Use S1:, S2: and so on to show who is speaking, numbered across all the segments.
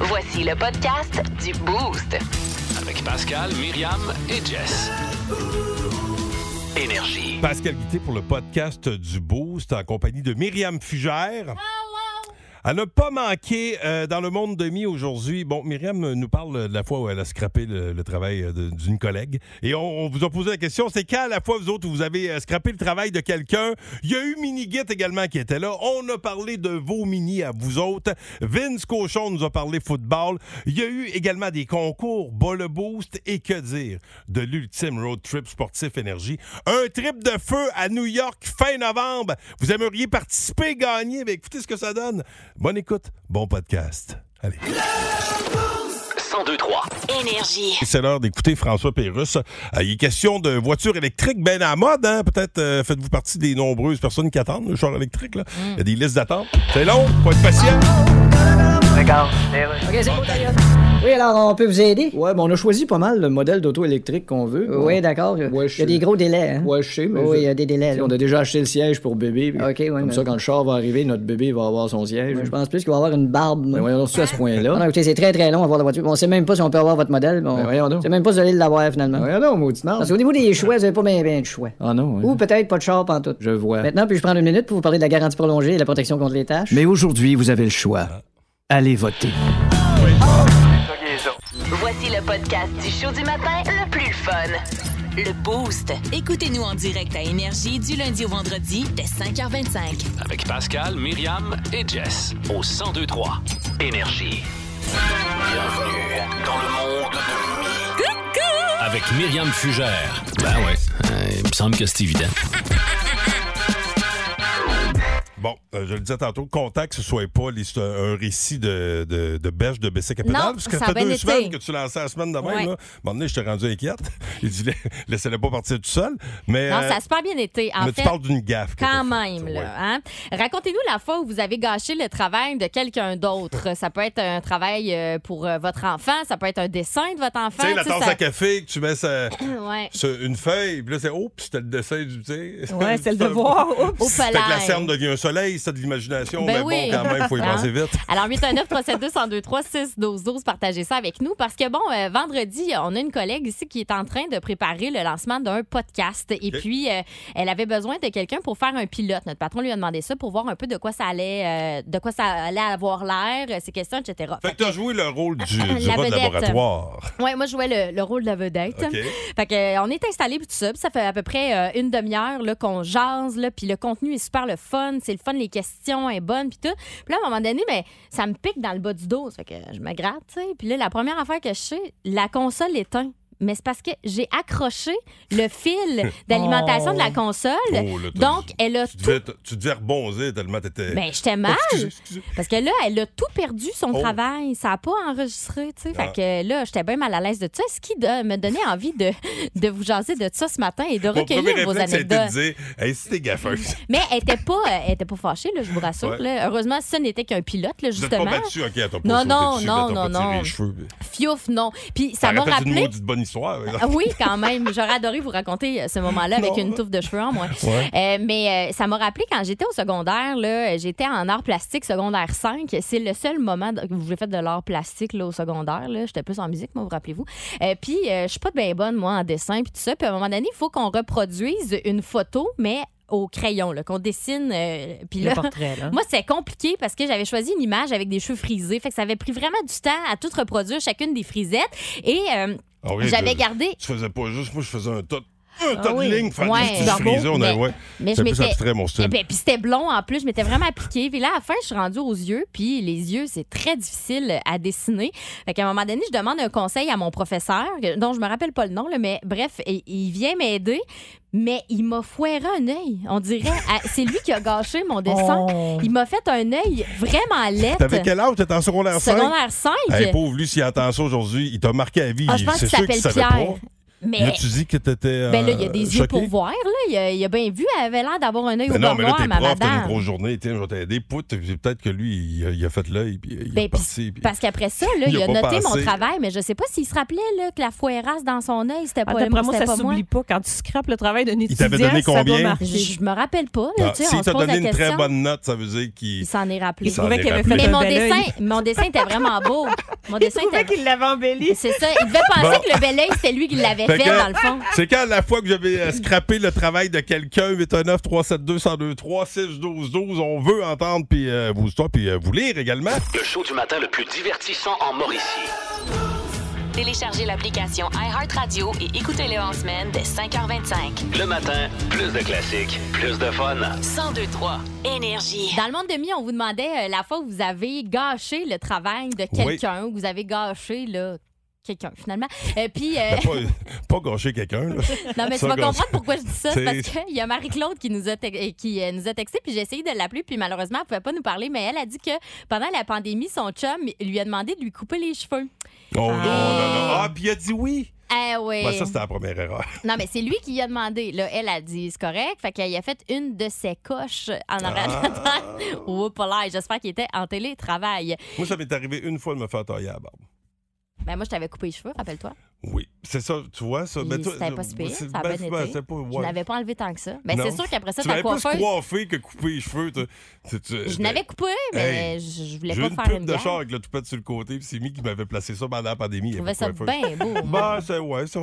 S1: Voici le podcast du Boost.
S2: Avec Pascal, Myriam et Jess. Énergie.
S3: Pascal Guité pour le podcast du Boost en compagnie de Myriam Fugère. À ne pas manquer euh, dans le monde de mi aujourd'hui. Bon, Myriam nous parle de la fois où elle a scrappé le, le travail euh, de- d'une collègue. Et on, on vous a posé la question c'est quand la fois, vous autres, où vous avez euh, scrappé le travail de quelqu'un Il y a eu Minigit également qui était là. On a parlé de vos mini à vous autres. Vince Cochon nous a parlé football. Il y a eu également des concours, bas le boost et que dire de l'ultime road trip sportif énergie. Un trip de feu à New York fin novembre. Vous aimeriez participer, gagner. Ben, écoutez ce que ça donne. Bonne écoute, bon podcast. Allez.
S2: 1023.
S1: Énergie.
S3: Et C'est l'heure d'écouter François Pérusse. Euh, il est question de voitures électriques bien à la mode. Hein? Peut-être euh, faites-vous partie des nombreuses personnes qui attendent le char électrique. là. Il y a des listes d'attente. C'est long, faut être patient.
S4: Oui, alors on peut vous aider?
S5: Ouais, ben on a choisi pas mal le modèle d'auto électrique qu'on veut.
S4: Oui, d'accord.
S5: Ouais, je
S4: il y a des
S5: sais.
S4: gros délais. hein?
S5: Ouais, je sais, mais.
S4: Oui, il y
S5: je-
S4: a des délais.
S5: T'sais,
S4: là.
S5: On a déjà acheté le siège pour bébé. puis
S4: Ok, ouais,
S5: Comme
S4: mais-
S5: ça, quand le char va arriver, notre bébé va avoir son siège.
S4: Je pense plus qu'il va avoir une barbe. moi.
S5: Mais voyons, c'est à ce
S4: Ah non,
S5: point-là.
S4: écoutez, c'est très très long à voir la voiture. On sait même pas si on peut avoir votre modèle. mais On...
S5: Ben voyons donc.
S4: sait même pas si vous allez l'avoir finalement.
S5: Ah, Voyons donc, maudite merde.
S4: Parce qu'au niveau des choix, vous avez pas bien bien de choix.
S5: Ah non, ouais.
S4: Ou peut-être pas de char pantoute.
S5: Je vois.
S4: Maintenant, puis-je prendre une minute pour vous parler de la garantie prolongée et la protection contre les tâches?
S5: Mais aujourd'hui, vous avez le choix. Allez voter.
S1: Voici le podcast du show du matin le plus fun. Le Boost.
S6: Écoutez-nous en direct à Énergie du lundi au vendredi dès 5h25.
S2: Avec Pascal, Myriam et Jess. Au 1023. Énergie. Bienvenue dans le monde de Mi. Avec Myriam Fugère. Ben ouais. il me semble que c'est évident.
S3: Bon, euh, je le disais tantôt, content que ce soit pas l'histo- un récit de, de, de bêche de BC Capital,
S7: Non,
S3: parce que
S7: ça
S3: ça
S7: a
S3: fait
S7: bien
S3: deux
S7: été.
S3: semaines que tu lançais la semaine de même.
S7: Ouais.
S3: Là. À un moment donné, je t'ai rendu inquiète. Il dit, laissez-le pas partir tout seul. Mais,
S7: Non,
S3: euh,
S7: ça a super bien été. En
S3: mais
S7: fait,
S3: tu parles d'une gaffe. que
S7: quand
S3: t'as faite,
S7: même,
S3: ouais.
S7: là, hein? Racontez-nous la fois où vous avez gâché le travail de quelqu'un d'autre. ça peut être un travail euh, pour euh, votre enfant, ça peut être un dessin de votre enfant.
S3: Tu sais, la
S7: tu sais,
S3: tasse
S7: ça-
S3: à café, que tu mets ça-
S7: Ouais.
S3: sur une feuille, puis là, c'est, oh, puis c'était le dessin du. tu sais.
S8: Ouais, c'est le devoir.
S7: Au
S3: C'était que la
S7: palais.
S3: cerne devient un soleil, c'est de l'imagination,
S7: Ben
S3: mais
S7: oui.
S3: bon, quand même, il faut y
S7: Hein?
S3: penser vite.
S7: Alors, 819 372 1023 6 12 12 partagez ça avec nous parce que, bon, euh, vendredi, on a une collègue ici qui est en train de préparer le lancement d'un podcast. Et
S3: Ok.
S7: puis, euh, elle avait besoin de quelqu'un pour faire un pilote. Notre patron lui a demandé ça pour voir un peu de quoi ça allait, euh, de quoi ça allait avoir l'air, euh, ses questions, etc.
S3: Fait que t'as joué le rôle du, du
S7: La
S3: rat de
S7: vedette.
S3: laboratoire.
S7: Ouais, moi, je jouais le, le rôle de la vedette.
S3: OK.
S7: Fait que, euh, on est installé puis tout ça. puis ça fait à peu près euh, une demi-heure là, qu'on jase, là, puis le contenu est super le fun. C'est le fun, les questions est bonne, puis tout. Puis là, à un moment donné, mais ça me pique dans le bas du dos. Ça fait que je me gratte, tu sais. Puis là, la première affaire que je sais, la console éteint. Mais c'est parce que j'ai accroché le fil d'alimentation de la console.
S3: Oh, là, t'as-
S7: donc, elle a
S3: Tu
S7: tout.
S3: devais, tu devais rebondir tellement t'étais.
S7: Ben, j'étais
S3: Oh,
S7: mal.
S3: excusez, excusez.
S7: Parce que là, elle a tout perdu son
S3: Oh.
S7: travail. Ça n'a pas enregistré, tu sais. Fait
S3: Ah.
S7: que là, j'étais bien mal à l'aise de tout ça. Ce qui de- me donnait envie de, de vous jaser de ça ce matin et de
S3: Mon premier
S7: recueillir vos
S3: réflexe, c'était de
S7: anecdotes.
S3: dire Hey, si t'es gaffeuse,
S7: Mais elle n'était pas, euh, elle était pas fâchée, là, je vous rassure.
S3: Ouais.
S7: là. Heureusement, ce n'était qu'un pilote, là,
S3: vous êtes pas
S7: justement.
S3: battu, ok, elle t'a pas
S7: Non,
S3: sauté
S7: non,
S3: dessus,
S7: non,
S3: elle t'a pas
S7: non,
S3: tiré
S7: non.
S3: les cheveux.
S7: Fiouf, non. Puis ça
S3: Ça
S7: m'a
S3: aurait fait une
S7: rappelé.
S3: maudite bonne histoire.
S7: Ah Oui, quand même. J'aurais adoré vous raconter euh, ce moment-là avec
S3: Non.
S7: une touffe de cheveux en moi.
S3: Ouais.
S7: Euh, mais euh, ça m'a rappelé quand j'étais au secondaire, là, euh, j'étais en art plastique secondaire 5. C'est le seul moment de- que vous voulez faire de l'art plastique là, au secondaire. là. J'étais plus en musique, moi, vous rappelez-vous. Euh, puis euh, je suis pas bien bonne, moi, en dessin, puis tout ça. Puis à un moment donné, il faut qu'on reproduise une photo, mais au crayon, là, qu'on dessine. euh, puis là,
S8: Le portrait, là.
S7: moi, c'était compliqué parce que j'avais choisi une image avec des cheveux frisés. Fait que ça avait pris vraiment du temps à tout reproduire, chacune des frisettes. Et euh,
S3: Ah oui,
S7: j'avais
S3: je-
S7: gardé
S3: Tu faisais pas juste, moi, je faisais un tas de- un tas
S7: oui.
S3: de lignes, faire
S7: Ouais.
S3: des petits
S7: Barbeau,
S3: frisés, on avait-
S7: mais-
S3: ouais.
S7: mais je
S3: C'est plus
S7: m'étais.
S3: abstrait, mon
S7: Eh
S3: style.
S7: ben, Puis c'était blond en plus, je m'étais vraiment appliquée. Puis là, à la fin, je suis rendue aux yeux, puis les yeux, c'est très difficile à dessiner. Fait qu'à un moment donné, je demande un conseil à mon professeur, que- dont je me rappelle pas le nom, là, mais bref, il, il vient m'aider, mais il m'a foiré un œil. On dirait, à- c'est lui qui a gâché mon dessin. Il m'a fait un œil vraiment
S3: T'avais
S7: laid.
S3: quel âge? T'étais en secondaire 5?
S7: Secondaire 5.
S3: Hey, pauvre, lui, s'il entend ça aujourd'hui, il t'a marqué à vie.
S7: Ah, je pense
S3: C'est
S7: qu'il
S3: sûr
S7: s'appelle
S3: savait
S7: Pierre.
S3: pas. Là,
S7: Mais
S3: tu dis que t'étais. euh,
S7: ben là, il y a des yeux
S3: choquée?
S7: pour voir. Là. Il, a, il a bien vu, elle avait l'air d'avoir un œil au
S3: Ben non,
S7: bord
S3: mais là,
S7: noir,
S3: t'es
S7: ma
S3: prof, t'as une
S7: madame.
S3: grosse journée. Tiens, je vais t'aider. Poutre, puis peut-être que lui, il a, il a fait l'œil, puis il
S7: Ben,
S3: est parti. puis-
S7: Parce qu'après ça, là,
S3: Il
S7: il,
S3: a
S7: a,
S3: pas
S7: noté
S3: passé.
S7: mon travail, mais je sais pas s'il se rappelait là, que la foierasse dans son œil, c'était
S8: Ah,
S7: pas,
S8: D'après moi,
S7: c'était
S8: ça
S7: pas moi.
S8: s'oublie pas. Quand tu scrapes le travail d'un étudiant,
S3: t'avait donné
S8: ça doit
S3: combien?
S8: marcher.
S7: Je, je me rappelle pas. Là,
S3: Ah,
S7: tu sais, on
S3: S'il
S7: se
S3: t'a
S7: pose
S3: donné
S7: la
S3: une très
S7: question.
S3: bonne note, ça veut dire qu'il.
S7: Il s'en est rappelé.
S8: Il
S3: Ça
S8: trouvait
S3: en est
S8: qu'il avait fait
S3: rappelé.
S7: Mais
S8: un
S7: mon
S8: bel œil.
S7: dessin, mon dessin était vraiment beau. Mon dessin
S8: Il trouvait
S7: était.
S8: qu'il l'avait embelli.
S7: C'est ça. Il devait penser
S3: Bon.
S7: que le bel œil, c'était lui qui l'avait
S3: Fait
S7: fait,
S3: que-
S7: dans le fond.
S3: C'est quand la fois que j'avais euh, scrappé le travail de quelqu'un, 819 372 1023 6 12 12 on veut entendre puis euh, vos histoires puis euh, vous lire également.
S2: Le show du matin le plus divertissant en Mauricie.
S6: Téléchargez l'application iHeartRadio et écoutez-le en semaine dès 5h25.
S2: Le matin, plus de classiques, plus de fun.
S6: 1023 Énergie.
S7: Dans le monde de mi, on vous demandait euh, la fois où vous avez gâché le travail de quelqu'un, où vous avez gâché là, quelqu'un finalement. Et puis, euh,
S3: Ben, pas, pas gâcher quelqu'un. là.
S7: non, mais tu
S3: ça,
S7: vas
S3: gars,
S7: comprendre pourquoi je dis ça. C'est
S3: c'est-
S7: parce qu'il y a Marie-Claude qui, nous a te- euh, qui euh, nous a texté, puis j'ai essayé de l'appeler, puis malheureusement, elle ne pouvait pas nous parler, mais elle a dit que pendant la pandémie, son chum lui a demandé de lui couper les cheveux.
S3: Oh là là là. Ah, puis il a dit oui.
S7: Ah oui.
S3: Ben, ça, c'était la première erreur.
S7: Non, mais c'est lui qui lui a demandé. Là, elle a dit, c'est correct. Fait qu'elle a fait une de ses coches en
S3: Ah.
S7: arrière de la tête. Oups, là, j'espère qu'il était en télétravail.
S3: Moi, ça m'est arrivé une fois de me faire tailler la barbe.
S7: Ben, moi, je t'avais coupé les cheveux, rappelle-toi.
S3: Oui. C'est ça, tu vois, ça.
S7: Puis
S3: Ben, toi,
S7: C'était pas si pire,
S3: c'est-
S7: ça a
S3: ben,
S7: bien
S3: ben,
S7: été.
S3: c'était pas-
S7: Je
S3: ouais.
S7: n'avais pas enlevé tant que ça. Ben, c'est
S3: Non.
S7: sûr qu'après ça,
S3: Tu
S7: ta
S3: m'avais plus
S7: coiffeuse...
S3: coiffé que couper les cheveux. tu- tu- tu-
S7: Je n'avais coupé, mais je je voulais
S3: J'ai
S7: pas
S3: une
S7: faire
S3: pub
S7: une
S3: de
S7: bière.
S3: char avec le toupette sur le côté, puis c'est Mi qui m'avait placé ça pendant la pandémie.
S7: Je
S3: avec
S7: trouvais ça bien
S3: coiffeuse.
S7: beau. moi.
S3: Ben, c'est ouais, c'est-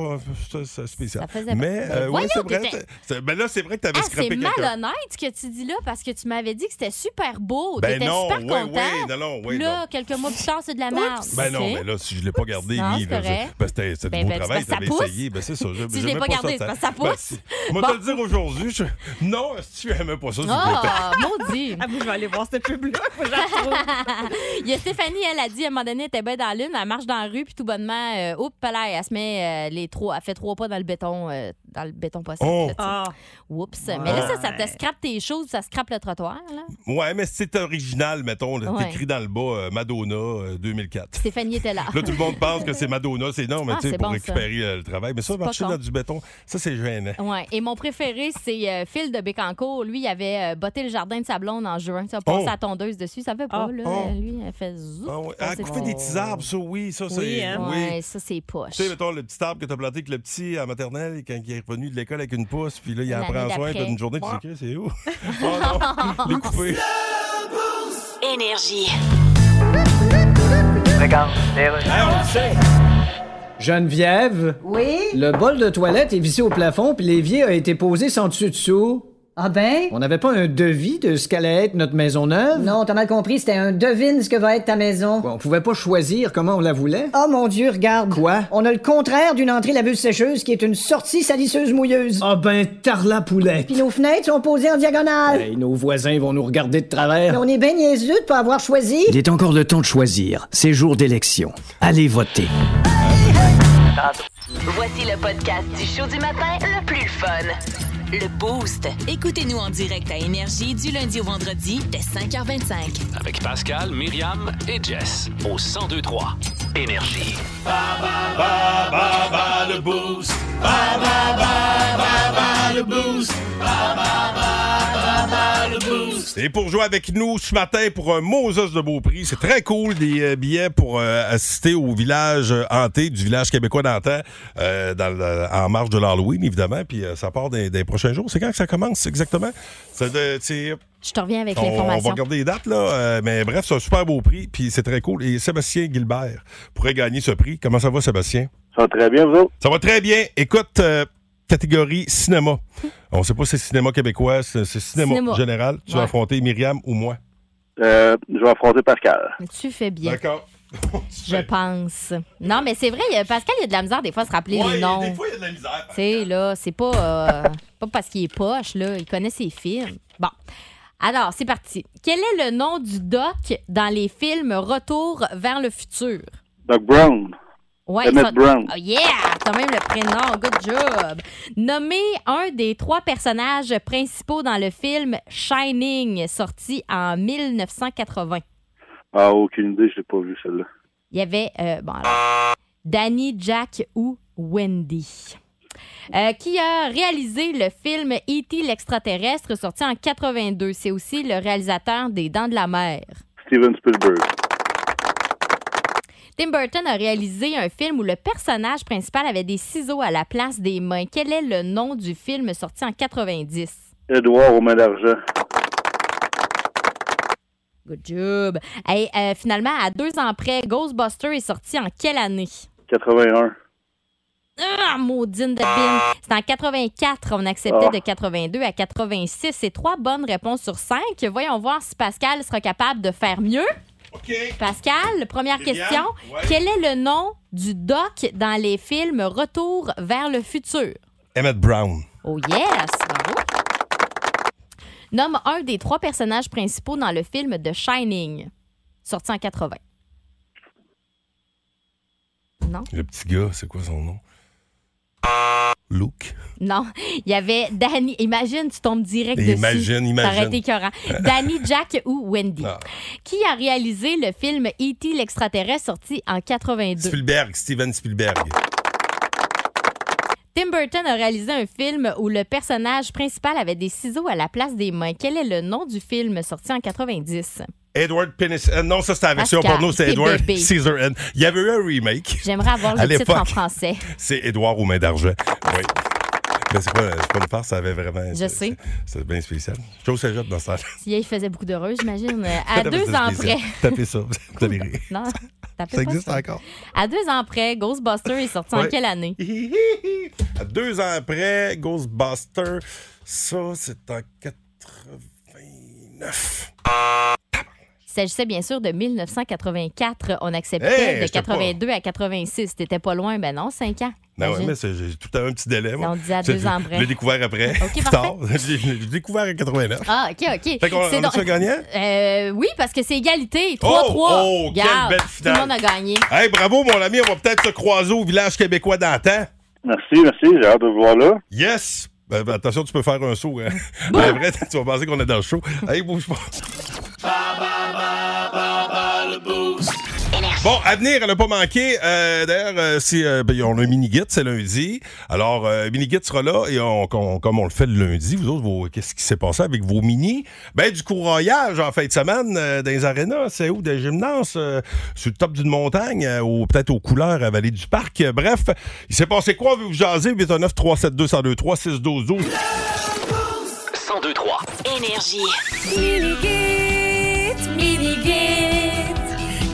S3: c'est c'est spécial.
S7: Ça faisait-
S3: Mais
S7: Ben,
S3: euh, ouais,
S7: voyons,
S3: c'est vrai.
S7: t'étais-
S3: c'est- c'est- ben là, c'est vrai que t'avais
S7: Ah, c'est
S3: scrappé quelqu'un.
S7: malhonnête ce que tu dis là parce que tu m'avais dit que c'était super beau.
S3: Ben
S7: T'étais
S3: non,
S7: super
S3: ouais,
S7: content.
S3: ouais, non, non, ouais,
S7: là,
S3: non.
S7: quelques mois plus tard, c'est de la merde.
S3: Ben non,
S7: Ok.
S3: mais là, si je l'ai pas gardé,
S7: Non,
S3: oui,
S7: c'est
S3: là, je-
S7: correct.
S3: ben, c'était c'est du
S7: Ben,
S3: beau
S7: ben, c'est parce
S3: travail,
S7: que ça
S3: t'avais
S7: pousse.
S3: essayé, ben c'est ça.
S7: Si je l'ai
S3: j'aimais
S7: pas gardé,
S3: ça,
S7: c'est parce que ça
S3: Ben,
S7: pousse.
S3: si- Moi, te le dire aujourd'hui, je... non, si tu aimais pas ça, c'est beau.
S7: Ah, maudit!
S8: Ah, vous, je vais aller voir cette pub-là. Faut que je la retrouve.
S7: Il y a Stéphanie, elle a dit à un moment donné, elle était bien dans la lune, elle marche dans la rue, puis tout bonnement, euh, oups, là, elle se met euh, les trois, elle fait trois pas dans le béton, euh, dans le béton possible.
S3: Oh.
S7: là, tu sais.
S8: Ah,
S7: Oups! Mais là, ça, ça te
S8: Ouais.
S7: scrape tes choses, ça scrape le trottoir, là.
S3: Ouais, mais c'est original, mettons. là,
S7: Ouais.
S3: T'écris dans le bas euh, Madonna euh, 2004.
S7: Stéphanie était là.
S3: Là, tout le monde pense que c'est Madonna, c'est non, mais
S7: Ah,
S3: tu sais,
S7: c'est
S3: pour
S7: bon, ça.
S3: récupérer euh, le travail. Mais ça,
S7: C'est pas
S3: marcher
S7: con.
S3: dans du béton, ça, c'est gênant.
S7: Ouais. Et mon préféré, c'est euh, Phil de Bécancourt. Lui, il avait euh, botté le jardin de sa blonde en juin. Ça a passé
S3: Oh.
S7: la tondeuse dessus. Ça fait pas,
S8: Oh.
S7: là.
S3: Oh.
S7: Lui, elle fait zou.
S3: Ah, ouais.
S7: Ça,
S3: Ah,
S7: c'est
S3: couper
S7: bon.
S3: des petits arbres, ça, oui, ça, c'est.
S8: Oui, hein.
S7: Ouais, ça, c'est poche.
S3: Tu sais, mettons, le petit arbre que t'as planté avec le petit en maternelle, quand il est revenu de l'école avec une pousse, puis là, il en
S7: L'année
S3: prend soin
S7: d'après.
S3: d'une journée, tu sais, que c'est où? Oh non, les couper.
S6: Énergie.
S5: Geneviève,
S4: Oui?
S5: le bol de toilette est vissé au plafond, puis l'évier a été posé sans dessus-dessous.
S4: Ah ben?
S5: On n'avait pas un devis de ce qu'allait être notre maison neuve?
S4: Non, t'as mal compris, c'était un devine ce que va être ta maison.
S5: On pouvait pas choisir comment on la voulait?
S4: Oh mon Dieu, regarde.
S5: Quoi?
S4: On a le contraire d'une entrée laveuse sécheuse qui est une sortie salisseuse mouilleuse.
S5: Ah ben, tarla poulette!
S4: Puis nos fenêtres sont posées en diagonale.
S5: Hey, nos voisins vont nous regarder de travers.
S4: On est bien niaiseux de pas avoir choisi.
S5: Il est encore le temps de choisir. C'est jour d'élection. Allez voter.
S1: Voici le podcast du show du matin le plus fun.
S6: Le Boost. Écoutez-nous en direct à Énergie du lundi au vendredi dès 5h25.
S2: Avec Pascal, Myriam et Jess au 1023 Énergie.
S3: Et pour jouer avec nous ce matin pour un Moses de beau prix, c'est très cool des euh, billets pour euh, assister au village euh, hanté du village québécois d'antan euh, dans le- en marge de l'Halloween évidemment, puis euh, ça part des, des prochains jours. C'est quand que ça commence exactement C'est de- c'est-
S7: Je te reviens avec
S3: on, on va
S7: l'information.
S3: regarder les dates là, euh, mais bref, c'est un super beau prix, puis c'est très cool. Et Sébastien Gilbert pourrait gagner ce prix. Comment ça va, Sébastien
S9: Ça va très bien, vous autres?
S3: Ça va très bien. Écoute, euh, catégorie cinéma. On sait pas si c'est cinéma québécois, c'est c'est cinéma,
S7: Cinéma.
S3: général. Tu vas
S7: Ouais.
S3: affronter Myriam ou moi.
S9: Euh, je vais affronter Pascal.
S7: Tu fais bien.
S3: D'accord.
S7: Je pense. Non, mais c'est vrai, il y a- Pascal, il y a de la misère des fois à se rappeler les noms.
S3: Des
S7: Tu
S3: fois, il y a de la misère.
S7: sais, là, c'est pas, euh, pas parce qu'il est poche, là. Il connaît ses films. Bon. Alors, c'est parti. Quel est le nom du doc dans les films Retour vers le futur?
S9: Doc Brown.
S7: Ouais,
S9: Emmett
S7: ça-
S9: Brown.
S7: Oh, yeah! T'as même le prénom. Good job. Nommez un des trois personnages principaux dans le film Shining, sorti en 1980.
S9: Ah, aucune idée, je l'ai pas vu celle-là.
S7: Il y avait, euh, bon, alors, Danny, Jack ou Wendy. euh, qui a réalisé le film E.T. l'extraterrestre, sorti en 82. C'est aussi le réalisateur des Dents de la mer.
S9: Steven Spielberg.
S7: Tim Burton a réalisé un film où le personnage principal avait des ciseaux à la place des mains. Quel est le nom du film sorti en 90?
S9: Edouard aux mains d'argent.
S7: Good job. Hey, euh, finalement, à deux ans près, Ghostbuster est sorti en quelle année?
S9: 81.
S7: Ah, maudine de bine. C'est en 84. On acceptait de 82 à 86. C'est trois bonnes réponses sur cinq. Voyons voir si Pascal sera capable de faire mieux.
S3: OK.
S7: Pascal, première
S3: Viviane,
S7: question.
S3: ouais.
S7: Quel est le nom du doc dans les films Retour vers le futur?
S3: Emmett Brown.
S7: Oh yes! Bravo. Nomme un des trois personnages principaux dans le film The Shining, sorti en 80. Non?
S3: Le petit gars, c'est quoi son nom? Luke.
S7: Non, il y avait Danny. Imagine, tu tombes direct dessus.
S3: Imagine, imagine.
S7: Ça aurait été écœurant. Danny, Jack ou Wendy.
S3: Ah.
S7: Qui a réalisé le film E.T. l'extraterrestre sorti en 82?
S3: Spielberg, Steven Spielberg.
S7: Tim Burton a réalisé un film où le personnage principal avait des ciseaux à la place des mains. Quel est le nom du film sorti en 90?
S3: Edward Penis. euh, non, ça c'était avec ça.
S7: Pascal,
S3: Pour nous, c'est
S7: t'es
S3: Edward
S7: bébé.
S3: Scissorhands. Il y avait eu un remake.
S7: J'aimerais avoir
S3: À
S7: le titre en
S3: l'époque.
S7: français.
S3: C'est Édouard aux mains d'argent. Oui. Mais c'est pas, c'est pas une part, ça avait vraiment.
S7: Je sais.
S3: C'est bien spécial. Je trouve ça jette dans ça.
S7: Si il faisait beaucoup d'heureux, j'imagine. Euh, À deux ans près.
S3: Tapez ça. vous allez rire.
S7: Non, tapez
S3: Ça
S7: pas
S3: existe
S7: ça.
S3: encore.
S7: À deux ans près, Ghostbusters est sorti en
S3: Ouais.
S7: quelle année?
S3: À deux ans après, Ghostbuster. Ça, c'est en 89.
S7: Il s'agissait bien sûr de 1984. On acceptait
S3: Hey,
S7: de
S3: j'étais pas-
S7: 82 à 86. T'étais pas loin, ben non, 5 ans.
S3: Non, ouais,
S7: Imagine.
S3: mais c'est- j'ai tout à un petit délai.
S7: on disait à
S3: C'est-
S7: deux ans près.
S3: Je l'ai découvert après.
S7: Ok,
S3: plus tard. Je l'ai- je l'ai découvert en 89.
S7: Ah, OK, OK.
S3: Fait qu'on on
S7: C'est donc-
S3: a-tu un gagnant?
S7: Euh, oui, parce que c'est égalité. 3-3.
S3: oh, quelle
S7: Regarde,
S3: belle
S7: Tout
S3: finale.
S7: le monde a gagné.
S3: Hey, bravo, mon ami. On va peut-être se croiser au village québécois d'antan.
S9: Merci, merci. J'ai hâte de vous voir là.
S3: Yes! Ben, ben, attention, tu peux faire un saut. Hein. Ben, vrai, tu vas penser qu'on est dans le show. Hey, bouge pas. Bon, à venir, elle n'a pas manqué. Euh, D'ailleurs, euh, c'est, euh, ben, on a un mini-guide, c'est lundi. Alors, euh, mini-guide sera là et on, com- comme on le fait le lundi, vous autres, vos- qu'est-ce qui s'est passé avec vos mini? Ben, du courroyage en fin de semaine euh, dans les arénas, c'est où? Des gymnases, euh, sur le top d'une montagne, euh, ou peut-être aux couleurs à Vallée du Parc. Euh, Bref, il s'est passé quoi? On veut vous jaser. 819 372 1023 612 12
S2: 1023.
S6: Énergie.
S10: Minigit, Minigit,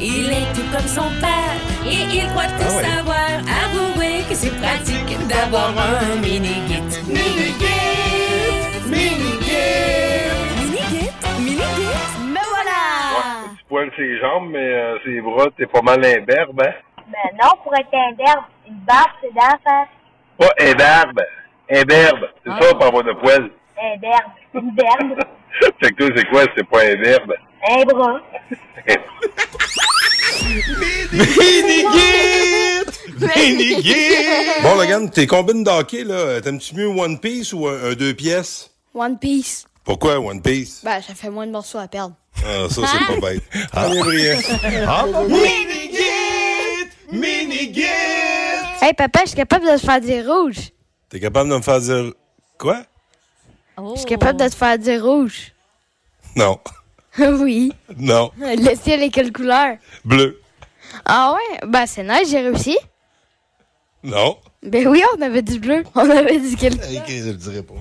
S10: il est tout comme son père et il croit tout
S3: Ah ouais.
S10: savoir. Avouez que c'est pratique d'avoir un Minigit. Minigit, Minigit, Minigit, Minigit, me voilà!
S9: Tu pointes ses jambes, mais ses bras, t'es pas mal imberbe, hein?
S11: Ben non, pour être un berbe, une barbe, c'est d'enfant.
S9: Pas imberbe. Imberbe. C'est
S11: Ah.
S9: ça, par voie de poil.
S11: Un berbe, une berbe,
S9: Fait que toi, c'est quoi? C'est pas imberbe.
S11: un bras.
S3: Bon, Logan, tes combines d'hockey, là, t'aimes-tu mieux One Piece ou un, un deux pièces?
S12: One Piece.
S3: Pourquoi One Piece?
S12: Ben, ça fait moins de morceaux à perdre. Hein
S3: Ah, ça, c'est pas bête. Ah, bien brillant. Ah, pas bête. Minigit! Minigit!
S12: Hey, papa, je suis capable de te faire dire rouge.
S3: T'es capable de me faire dire quoi?
S10: Oh.
S12: Je suis capable de te faire dire rouge.
S3: Non.
S12: oui.
S3: Non.
S12: Le ciel est quelle couleur?
S3: Bleu.
S12: Ah ouais? Ben, c'est nice, j'ai réussi.
S3: Non.
S12: Ben oui, on avait du bleu. On avait dit quelle...
S3: Ok, je le dirai pas.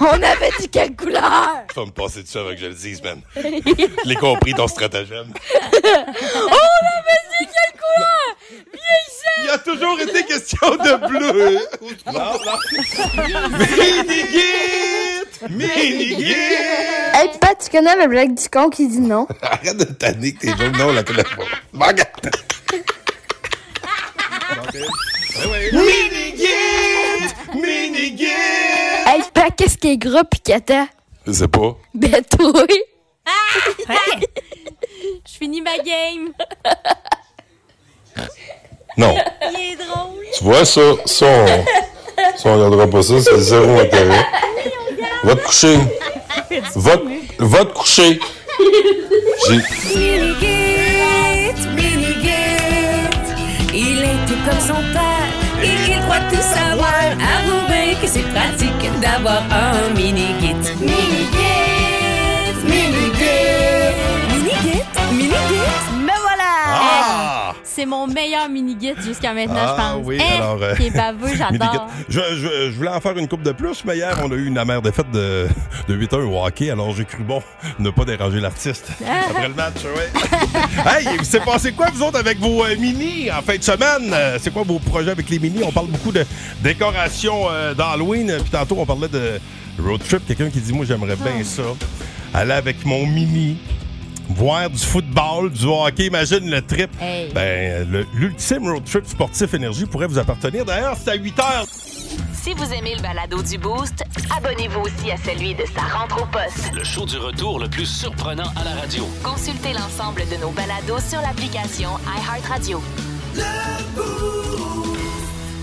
S12: on avait dit quelle couleur?
S3: Tu vas me passer dessus avant que je le dise, man. Je l'ai compris, ton stratagème.
S10: on avait dit Oh, quelle couleur
S3: Il y a toujours été question de bleu. Minigit! Minigit!
S12: Hey, papa, Eh, tu connais le blague du con qui dit non?
S3: Arrête de me tanner que t'es jaune. Non, on la connaît pas. Manga! Minigit! Minigit!
S12: Hey, papa, qu'est-ce qui est gras pis qu'attend?
S3: Je sais pas.
S12: Ben, toi.
S10: Ah!
S7: Je finis ma game.
S13: Non.
S7: Il est drôle.
S13: Tu vois, ça, ça, on, ça, on regardera pas ça, c'est zéro intérêt. Va te coucher. Va, te- va te coucher. J'ai-
S10: Minigit, Minigit, il est tout comme son père Et il croit tout savoir. Avouez que c'est pratique d'avoir un mini-git. Mini-git! Mini-git!
S7: Mini-git? Mini-git?
S10: Me voilà!
S3: Ah!
S7: C'est mon meilleur mini-git jusqu'à maintenant,
S3: Ah
S7: je pense.
S3: oui,
S7: Hein,
S3: alors. euh,
S7: Qui est baveux, j'adore.
S3: Mini-kit. Je, je- je voulais en faire une coupe de plus, mais hier, on a eu une amère défaite de, de 8-1 au hockey, alors j'ai cru bon ne pas déranger l'artiste. Après le match, oui. hey, il s'est passé quoi, vous autres, avec vos euh, mini en fin de semaine? Euh, C'est quoi vos projets avec les mini? On parle beaucoup de décoration euh, d'Halloween, puis tantôt, on parlait de road trip. Quelqu'un qui dit, moi, j'aimerais bien ça. Aller avec mon mini. Voir du football, du hockey, imagine le trip.
S7: Hey.
S3: Ben, le- l'ultime road trip sportif énergie pourrait vous appartenir. D'ailleurs, c'est à 8 heures.
S1: Si vous aimez le balado du Boost, abonnez-vous aussi à celui de sa rentre au poste.
S2: Le show du retour le plus surprenant à la radio.
S1: Consultez l'ensemble de nos balados sur l'application iHeartRadio.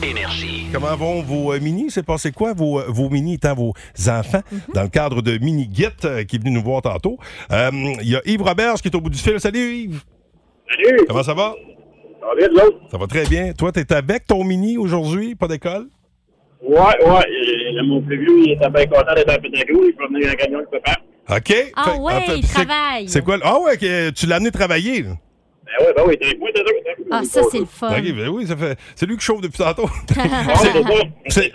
S2: Énergie.
S3: Comment vont vos euh, mini? C'est passé quoi, vos, euh, vos mini étant vos enfants, dans le cadre de Mini Git euh, qui est venu nous voir tantôt? Euh, Il y a Yves Roberge qui est au bout du fil. Salut Yves!
S9: Salut!
S3: Comment ça va?
S9: Ça va bien de l'autre?
S3: Ça va très bien. Toi, t'es avec ton mini aujourd'hui, pas d'école?
S9: Ouais, ouais. euh, Mon plus vieux, il était bien content d'être à Pétago. Il peut venir en camion avec papa.
S3: OK.
S7: Ah
S3: Fait-
S7: ouais,
S3: en fait,
S7: il
S3: c'est-
S7: travaille.
S3: C'est quoi? le- Ah ouais, que tu l'as amené travailler. là.
S9: Ben ouais, ben oui, t'es avec moi, t'es avec moi.
S7: Ah, ça, c'est le fun.
S3: OK, ben oui, ça fait... c'est lui qui chauffe depuis tantôt.
S9: Ah, c'est ça.
S3: C'est-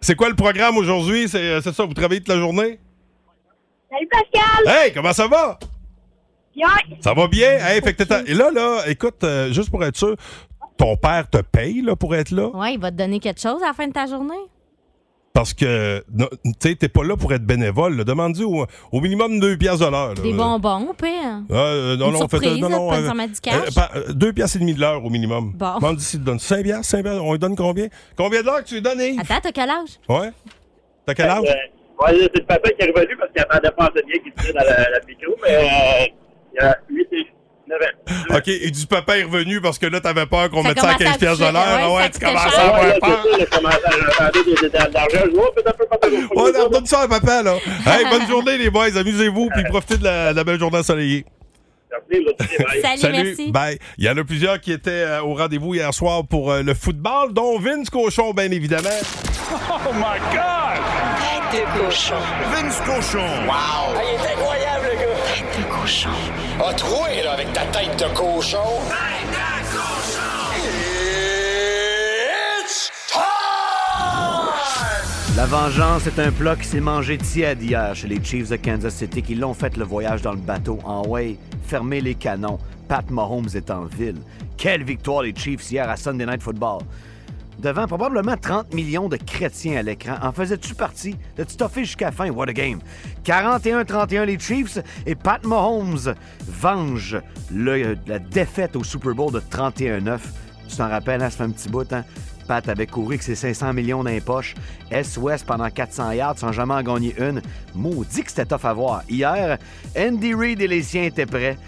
S3: C'est quoi le programme aujourd'hui? C'est euh, c'est ça, vous travaillez toute la journée?
S11: Salut Pascal!
S3: Hey, comment ça va?
S11: Bien!
S3: Ça va bien? Hey, fait que t'es à- Et là, là, écoute, euh, juste pour être sûr, ton père te paye là, pour être là?
S7: Ouais, il va te donner quelque chose à la fin de ta journée.
S3: Parce que, non, tu sais, t'es pas là pour être bénévole. là. Demande-lui au, au minimum 2 piastres de l'heure. là.
S7: Des bonbons, père.
S3: Euh, euh, non,
S7: Une
S3: non,
S7: surprise,
S3: faites- non,
S7: là,
S3: non,
S7: pas
S3: euh,
S7: nécessairement du cash.
S3: euh, par- euh, deux piastres et demi de l'heure au minimum.
S7: Bon.
S3: Demande ici, tu donnes 5 piastres, 5 piastres. On lui donne combien? Combien de l'heure que tu lui donnes, Yves?
S7: Attends, t'as quel âge?
S3: Ouais? T'as quel âge?
S9: Euh, ouais, c'est le papa qui est revenu parce qu'il attendait pas assez bien qu'il tirait dans la, la micro, mais euh, il y a 8 et 9 ans.
S3: OK, et du papa est revenu parce que là, t'avais peur qu'on
S9: Ça
S3: mette ça à
S9: commence à
S3: 15 piastres de
S9: coucher,
S3: l'heure.
S9: ouais,
S3: Ah Ouais,
S9: ça
S3: tu
S9: coûtait
S3: commences
S9: cher.
S3: à
S9: Ouais,
S3: avoir
S9: c'est
S3: peur.
S9: ça, le commentaire, euh, des- des- des- de l'argent. Je vois, peut-être un peu partout.
S3: Ouais, on redonne ça à papa, là. Hey, bonne journée, les boys. Amusez-vous, puis profitez de la, de la belle journée ensoleillée.
S7: Salut, merci.
S3: Bye. Il y en a plusieurs qui étaient euh, au rendez-vous hier soir pour euh, le football, dont Vince Cochon, bien évidemment.
S10: Oh my God! Tête de cochon. Vince cochon. Wow! il est incroyable, le gars! Tête de cochon.
S14: A troué, là, avec ta tête de cochon. Tête de cochon! It's
S15: La vengeance est un plat qui s'est mangé tiède hier chez les Chiefs de Kansas City qui l'ont fait le voyage dans le bateau en way. Fermez les canons. Pat Mahomes est en ville. Quelle victoire les Chiefs hier à Sunday Night Football. Devant probablement 30 millions de chrétiens à l'écran, en faisais-tu partie? de tu toffé jusqu'à la fin? What a game! 41-31 les Chiefs et Pat Mahomes venge le- la défaite au Super Bowl de 31-9. Tu t'en rappelles, hein, ça fait un petit bout, hein? Pat avait couru avec ses 500 millions dans les poches. S-Ouest pendant 400 yards sans jamais en gagner une. Maudit que c'était tough à voir. Hier, Andy Reid et les siens étaient prêts.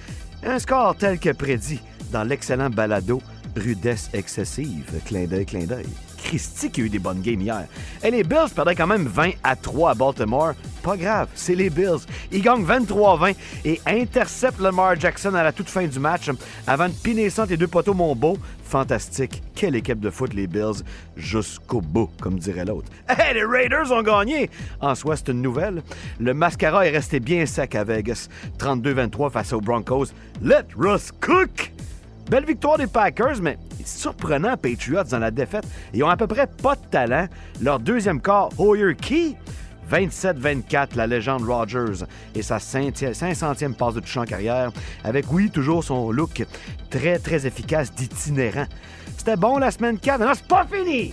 S15: Un score tel que prédit dans l'excellent balado Rudesse excessive. Clin d'œil, clin d'œil. Christy qui a eu des bonnes games hier. Et les Bills perdaient quand même 20 à 3 à Baltimore. Pas grave, c'est les Bills. Ils gagnent 23-20 et interceptent Lamar Jackson à la toute fin du match avant de piner ça entre les deux poteaux Monbeau. Fantastique. Quelle équipe de foot, les Bills. Jusqu'au bout, comme dirait l'autre. Hey, les Raiders ont gagné! En soi, c'est une nouvelle. Le mascara est resté bien sec à Vegas. 32-23 face aux Broncos. Let Russ cook! Belle victoire des Packers, mais surprenant Patriots dans la défaite. Ils ont à peu près pas de talent. Leur deuxième corps, Hoyer Key, 27-24, la légende Rogers et sa 500e 500e passe de touche en carrière, avec, oui, toujours son look très, très efficace d'itinérant. C'était bon la semaine 4, mais non, c'est pas fini!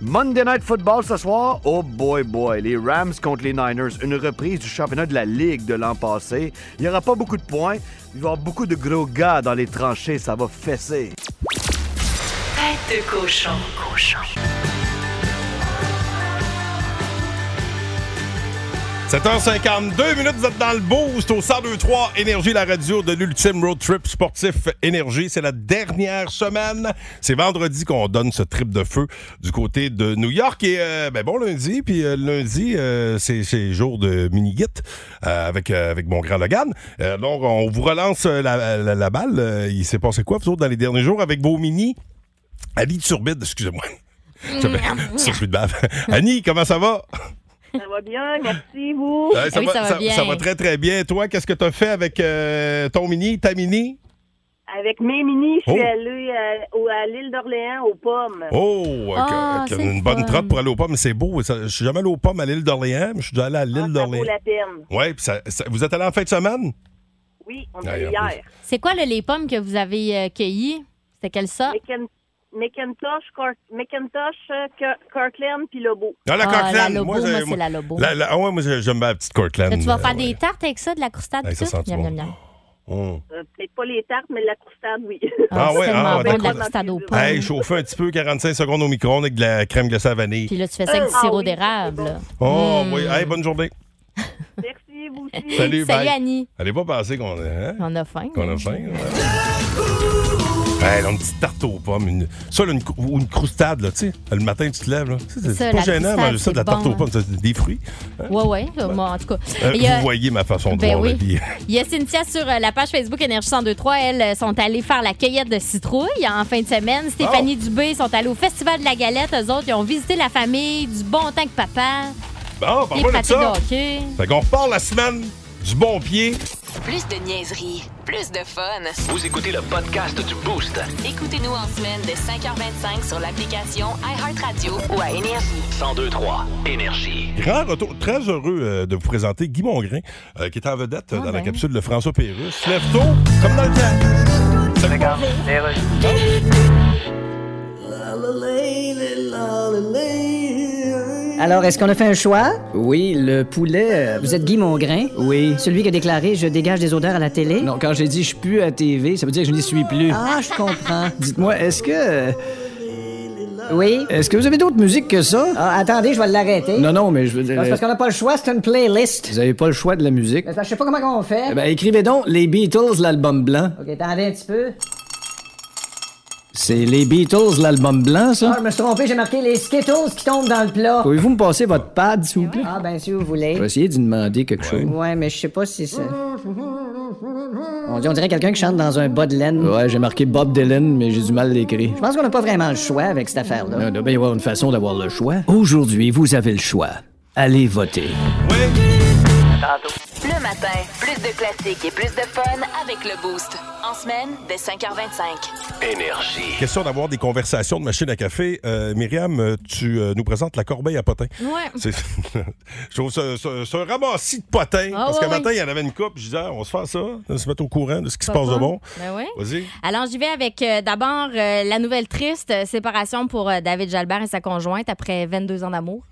S15: Monday Night Football ce soir, oh boy boy, les Rams contre les Niners, une reprise du championnat de la Ligue de l'an passé. Il n'y aura pas beaucoup de points, il va y avoir beaucoup de gros gars dans les tranchées, ça va fesser.
S10: Tête de cochon. Cochon.
S3: h 52 minutes, vous êtes dans le boost au 1023 Énergie, la radio de l'ultime road trip sportif Énergie. C'est la dernière semaine. C'est vendredi qu'on donne ce trip de feu du côté de New York. Et euh, ben bon lundi, puis euh, lundi, euh, c'est c'est jour de mini-git euh, avec, euh, avec mon grand Logan. Euh, donc, on vous relance euh, la, la- la balle. Euh, Il s'est passé quoi, vous autres, dans les derniers jours avec vos mini? Annie Turbide, excusez-moi. J'avais- Sur de bave. Annie, comment ça va?
S16: Ça va bien, merci, vous.
S3: Euh, ça va très, très bien. Toi, qu'est-ce que tu as fait avec euh, ton mini, ta mini?
S16: Avec mes minis, je suis
S3: Oh.
S16: allée à, au- à l'île d'Orléans aux pommes.
S3: Oh, ok,
S16: Ah,
S3: ok,
S16: c'est
S3: une bonne
S16: fun.
S3: trotte pour aller aux pommes. C'est beau. Ça- je suis jamais allé aux pommes à l'île d'Orléans, mais je suis déjà allé à l'île d'Orléans.
S16: Ah, vaut la peine.
S3: Ouais, puis ça- ça- vous êtes allé en fin de semaine?
S16: Oui, on
S3: Ah,
S16: est
S3: en
S16: hier.
S7: C'est quoi là, les pommes que vous avez euh, cueillies? C'était quelle sorte?
S16: Macan- Macintosh, Cor- Macintosh, euh, Cor- Cortland puis Lobo.
S3: Ah, la Cortland.
S7: la Lobo,
S3: j'ai-
S7: moi, c'est la Lobo.
S3: La, la- ah ouais, moi, j'ai- j'aime bien la petite Cortland.
S7: Là, tu vas
S3: euh,
S7: faire
S3: ouais.
S7: des tartes avec ça, de la croustade,
S3: Hey,
S7: tout
S3: ça
S7: ça?
S3: sent-tu
S7: Miam,
S3: bon?
S7: miam, miam.
S3: Oh.
S16: Euh, Peut-être pas les tartes, mais de la croustade, oui.
S3: Ah, ouais, ah,
S7: bon, de la
S3: d'accord.
S7: croustade aux pommes.
S3: Hey, chauffer un petit peu, 45 secondes au micro-ondes avec de la crème glacée à vanille.
S7: Puis là, tu fais ça avec du
S16: Ah
S7: sirop
S16: oui,
S7: d'érable. là.
S3: Oh,
S7: Mm.
S3: oui. Hey, bonne journée.
S16: Merci, vous aussi.
S3: Salut, bye.
S7: Annie.
S3: Allez pas penser qu'on a, hein?
S7: On a faim.
S3: Qu'on a faim. ouais. Hey, là, une petite tarte aux pommes. Une... Ça, là, une, cou- ou une croustade, là, tu sais. Le matin, tu te lèves, là. C'est-
S7: Ça, la
S3: C'est pas gênant,
S7: croustade,
S3: manger ça,
S7: c'est
S3: de la tarte
S7: bon, hein.
S3: aux pommes. C'est Des fruits. hein?
S7: Ouais, ouais. euh, moi, en tout cas.
S3: Euh,
S7: Il y a-
S3: Vous voyez ma façon de
S7: Ben
S3: voir
S7: oui.
S3: la vie.
S7: Il y a Cynthia sur euh, la page Facebook Énergie 1023. Elles euh, sont allées faire la cueillette de citrouilles en fin de semaine. Stéphanie Dubé sont allées au Festival de la Galette. Eux autres, ils ont visité la famille, du bon temps que papa,
S3: Bon,
S7: les
S3: parle-moi de
S7: pratiques de
S3: ça.
S7: hockey.
S3: Fait qu'on repart la semaine du bon pied.
S6: Plus de niaiserie, plus de fun.
S2: Vous écoutez le podcast du Boost.
S6: Écoutez-nous en semaine de 5h25 sur l'application iHeartRadio ou à Énergie.
S2: 1023 Énergie.
S3: Grand retour. Très heureux euh, de vous présenter Guy Mongrain, euh, qui est en vedette
S7: Ah,
S3: euh, dans
S7: ben.
S3: la capsule de François Pérusse. Lève-tôt, comme dans le temps. Salut,
S4: Alors, est-ce qu'on a fait un choix? Oui, le poulet. Vous êtes Guy Mongrain? Oui. Celui qui a déclaré Je dégage des odeurs à la télé?
S5: Non, quand j'ai dit je pue à TV, ça veut dire que je n'y suis plus.
S4: Ah, je comprends.
S5: Dites-moi, est-ce que.
S4: Oui?
S5: Est-ce que vous avez d'autres musiques que ça?
S4: Ah, attendez, je vais l'arrêter.
S5: Non, euh, non, mais je veux
S4: Non,
S5: dire.
S4: c'est parce qu'on n'a pas le choix, c'est une playlist.
S5: Vous avez pas le choix de la musique.
S4: Mais c'est parce que je sais pas comment on fait.
S5: Eh Ben, écrivez donc Les Beatles, l'album blanc.
S4: OK, attendez un petit peu.
S5: C'est Les Beatles, l'album blanc,
S4: Ah,
S5: ça?
S4: je me suis trompé, j'ai marqué les Skittles qui tombent dans le plat.
S5: Pouvez-vous me passer votre pad, s'il vous plaît?
S4: Ah, ben si vous
S5: Je vais
S4: voulez.
S5: essayer d'y demander quelque chose.
S4: Ouais, mais je sais pas si c'est. On, dit- on dirait quelqu'un qui chante dans un bas de laine.
S5: Ouais, j'ai marqué Bob Dylan, mais j'ai du mal à l'écrire.
S4: Je pense qu'on n'a pas vraiment le choix avec cette affaire-là.
S5: Euh, ben, Il doit bien y avoir une façon d'avoir le choix. Ah. Aujourd'hui, vous avez le choix. Allez voter.
S6: Le matin, plus de classiques et plus de fun avec le Boost. En semaine, dès 5h25.
S2: Énergie.
S3: Question d'avoir des conversations de machine à café. Euh, Myriam, euh, tu euh, nous présentes la corbeille à potins.
S7: Ouais.
S3: C'est- je trouve ça, ça- ça un ramassis de potins.
S7: Ah,
S3: parce
S7: ouais,
S3: qu'un matin,
S7: ouais.
S3: il y en avait une coupe. Je disais, ah, on va se faire ça, on va se mettre au courant de ce qui se
S7: Pas
S3: passe de
S7: fun.
S3: bon.
S7: Ben oui.
S3: Vas-y.
S7: Alors, j'y vais avec euh, d'abord euh, la nouvelle triste euh, séparation pour euh, David Jalbert et sa conjointe après 22 ans d'amour.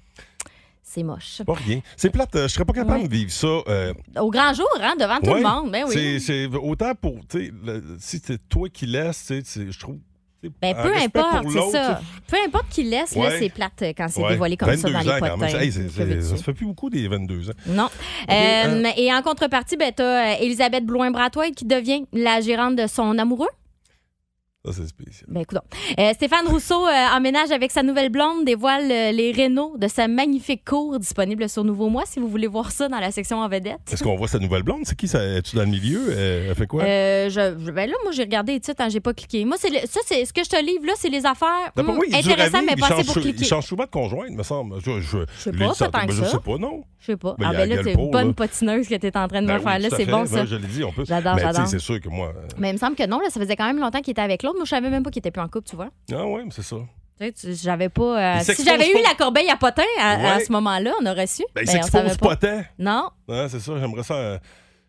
S7: C'est moche.
S3: Pas rien. C'est plate. euh, Je serais pas capable
S7: Ouais.
S3: de vivre ça. euh,
S7: Au grand jour, hein, devant tout
S3: ouais.
S7: le monde. Ben oui.
S3: C'est- C'est autant pour. tu sais, le- si c'est toi qui laisses, tu sais, c'est- je trouve. tu sais,
S7: Ben,
S3: un
S7: peu
S3: respect pour
S7: importe,
S3: l'autre,
S7: c'est ça.
S3: tu sais.
S7: Peu importe qui laisse, là,
S3: Ouais.
S7: c'est plate euh, quand c'est
S3: Ouais.
S7: dévoilé comme ça dans
S3: 22
S7: les
S3: ans, quand même.
S7: potins.
S3: Hey, c'est-
S7: Que
S3: c'est-
S7: veux-tu?
S3: ça se fait plus beaucoup des 22 ans. ah,
S7: Non. Euh, Et en contrepartie, ben, t'as euh, Elisabeth Blouin-Bratois qui devient la gérante de son amoureux.
S3: Ça, c'est spécial.
S7: Ben, écoute Stéphane Rousseau euh, emménage avec sa nouvelle blonde, dévoile euh, les rénaux de sa magnifique cour disponible sur Nouveau Mois, si vous voulez voir ça dans la section en vedette.
S3: Est-ce qu'on voit sa nouvelle blonde? C'est qui? ça? Es-tu dans le milieu? Euh, Elle fait quoi?
S7: Euh, je, je- ben là, moi, j'ai regardé les titres, hein, j'ai pas cliqué. Moi, c'est le- ça, c'est ce que je te livre, là, c'est les affaires
S3: D'après
S7: hum,
S3: moi, il est dur à
S7: intéressantes,
S3: vivre,
S7: mais
S3: il
S7: pas assez
S3: change
S7: pour
S3: sou- Il
S7: cliquer.
S3: change souvent de conjoint, il me semble. Je, je,
S7: Je sais
S3: lui
S7: pas,
S3: dis ça,
S7: pas tant
S3: mais
S7: que
S3: je
S7: ça.
S3: sais pas, non.
S7: Je sais pas.
S3: Ben,
S7: ah,
S3: il y a
S7: ben là, t'es
S3: la gueule
S7: une
S3: pour, là.
S7: bonne potineuse que t'es en train de
S3: Ben
S7: me
S3: oui,
S7: faire, là,
S3: tout à
S7: c'est
S3: fait.
S7: bon,
S3: Ben,
S7: ça.
S3: Je l'ai dit, en plus.
S7: J'adore,
S3: Mais tu sais,
S7: j'adore.
S3: c'est sûr que moi... euh,
S7: Mais il me semble que non, là, ça faisait quand même longtemps qu'il était avec l'autre. Moi, je savais même pas qu'il était plus en couple, tu vois.
S3: Ah ouais, mais c'est ça.
S7: Tu sais, tu- J'avais pas. euh,
S3: Il
S7: si
S3: s'expose
S7: j'avais eu
S3: pas.
S7: la corbeille à potin à, à
S3: Ouais.
S7: ce moment-là, on aurait su.
S3: Ben, il
S7: mais on savait
S3: s'expose pas tant.
S7: Non.
S3: Hein, c'est ça, j'aimerais ça... euh,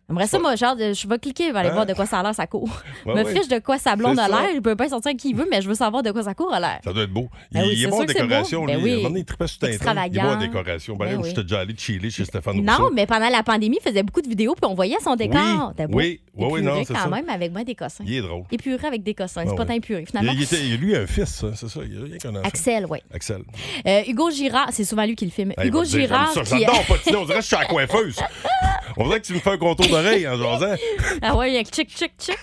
S7: J'aimerais ça, moi, genre, je vais cliquer, je vais aller
S3: Hein?
S7: voir de quoi ça a l'air, ça court.
S3: Ouais,
S7: me
S3: ouais.
S7: fiche de quoi sa blonde
S3: C'est
S7: a
S3: ça.
S7: l'air. Il peut bien sortir qui il veut, mais je veux savoir de quoi ça court a l'air.
S3: Ça doit être beau. Il,
S7: Ben oui,
S3: il
S7: c'est
S3: est bon en
S7: sûr que c'est beau.
S3: décoration,
S7: Ben
S3: lui.
S7: oui.
S3: À un moment donné, il tripait sur Tintin. Il est bon en
S7: Extravagant.
S3: décoration. Ben,
S7: Ben
S3: là,
S7: oui.
S3: j'étais déjà allé chiller chez Stéphane
S7: Non,
S3: Rousseau.
S7: mais pendant la pandémie, il faisait beaucoup de vidéos, puis on voyait son décor. T'as beau.
S3: oui, oui, oui, non,
S7: Épuré
S3: c'est
S7: quand
S3: ça.
S7: même avec moi des cossins.
S3: Il est drôle.
S7: Épuré avec des cossins.
S3: Ben
S7: c'est pas
S3: oui.
S7: tant épuré,
S3: Il,
S7: finalement.
S3: il était, lui, un fils, hein, c'est ça. Il y a rien qu'un enfant.
S7: Axel, oui.
S3: Axel.
S7: Euh, Hugo Girard, c'est souvent lui qui le filme.
S3: Hey, il
S7: Hugo
S3: va te dire
S7: Girard.
S3: comme ça,
S7: qui-
S3: J'adore patiner. On dirait que je suis à la coiffeuse. On dirait que tu me fais un contour d'oreille en jasant.
S7: Ah ouais, il y a chic, chic, chic.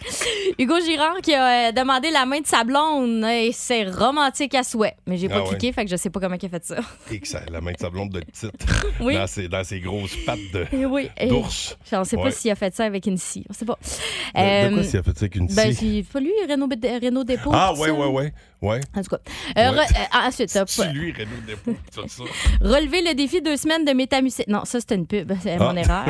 S7: Hugo Girard qui a euh, demandé la main de sa blonde. Et c'est romantique à souhait. Mais j'ai pas
S3: Ah ouais.
S7: cliqué, fait que je sais pas comment il a fait ça.
S3: Et que ça- la main de sa blonde de petite.
S7: Oui.
S3: Dans, ses, dans ses grosses pattes de.
S7: Eh oui. eh,
S3: D'ours.
S7: je- On sait pas
S3: Ouais.
S7: s'il a fait ça avec une scie. On sait pas.
S3: De, de
S7: Euh,
S3: quoi s'il a fait ça avec une
S7: Ben,
S3: scie?
S7: c'est pas lui, Renaud, Renaud Dépôt.
S3: Ah,
S7: tout
S3: ouais,
S7: ça.
S3: ouais, ouais. Ouais.
S7: En tout cas. Euh,
S3: Ouais.
S7: re- euh, ensuite, t'as
S3: Si
S7: pas-
S3: lui, Renaud Dépôt, ça, ça.
S7: relever le défi deux semaines de métamucil. Non, ça, c'était une pub. C'est mon
S3: Ah.
S7: erreur.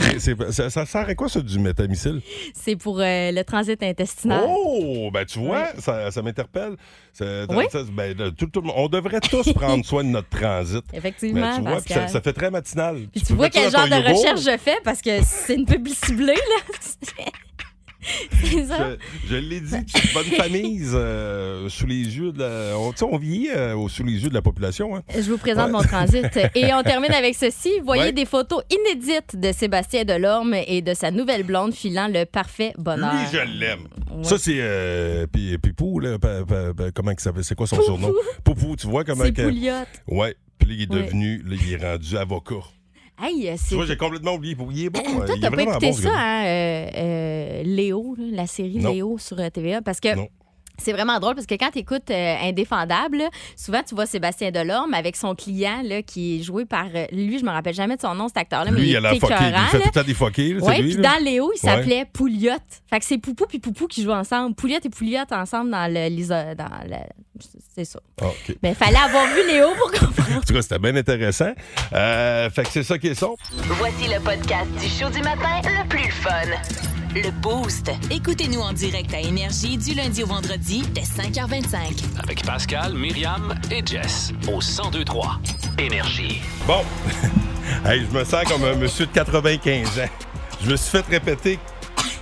S3: C'est- c'est- ça, ça sert à quoi, ça, du métamicile?
S7: C'est pour euh, le transit intestinal.
S3: Oh, ben tu vois, ça, ça m'interpelle. Ça-
S7: Oui.
S3: ça- ben, là, tout- tout le monde- on devrait tous prendre soin de notre transit.
S7: Effectivement,
S3: Ben, tu vois, puis
S7: Pascal.
S3: ça, ça fait très matinal.
S7: Puis
S3: peux
S7: tu vois
S3: mettre ça
S7: quel
S3: dans
S7: genre
S3: ton
S7: de
S3: yogourt.
S7: recherche je fais parce que c'est une pub ciblée, là. c'est ça.
S3: Je, je l'ai dit, tu es de bonne famille euh, sous les yeux de la... On, tu sais, on vieillit euh, au- sous les yeux de la population. Hein.
S7: Je vous présente
S3: Ouais.
S7: mon transit. Et on termine avec ceci. Voyez
S3: Ouais.
S7: des photos inédites de Sébastien Delorme et de sa nouvelle blonde filant le parfait bonheur.
S3: Lui, je l'aime. Ça, c'est euh, Pi- Pipou, là, pa- pa- pa- comment il s'appelle? C'est quoi son surnom? Poupou, tu vois comment...
S7: C'est
S3: que-
S7: Pouliotte.
S3: Ouais, puis là, il est
S7: Ouais.
S3: devenu, là, il est rendu avocat.
S7: Hey,
S3: Tu
S7: c'est.
S3: vois, j'ai complètement oublié. Il est bon. euh,
S7: Toi,
S3: il est
S7: t'as pas
S3: vraiment
S7: écouté
S3: bon, ce
S7: ça,
S3: gars.
S7: hein, euh, euh, Léo, là, la série
S3: Non.
S7: Léo sur euh, TVA, parce que.
S3: Non.
S7: C'est vraiment drôle parce que quand tu écoutes Indéfendable, là, souvent tu vois Sébastien Delorme avec son client là, qui est joué par. euh, Lui, je me rappelle jamais de son nom, cet acteur-là, mais
S3: Lui, il a
S7: il
S3: l'air
S7: est
S3: fucké.
S7: écœurant.
S3: Il fait
S7: là.
S3: tout le temps des fuckés. là, c'est
S7: Ouais,
S3: lui,
S7: puis
S3: là.
S7: dans Léo, il
S3: Ouais.
S7: s'appelait Pouliotte. Fait que c'est Poupou puis Poupou qui jouent ensemble. Pouliotte et Pouliotte ensemble dans le. l'iso- dans le- C'est ça.
S3: Ah, OK.
S7: Mais fallait avoir vu Léo pour comprendre.
S3: En tout cas, c'était bien intéressant. Euh, fait que c'est ça qui est son.
S1: Voici le podcast du show du matin le plus fun.
S6: Le Boost. Écoutez-nous en direct à Énergie du lundi au vendredi dès 5h25.
S2: Avec Pascal, Myriam et Jess au 1023 Énergie.
S3: Bon, Hey, je me sens comme un monsieur de 95 ans. Je me suis fait répéter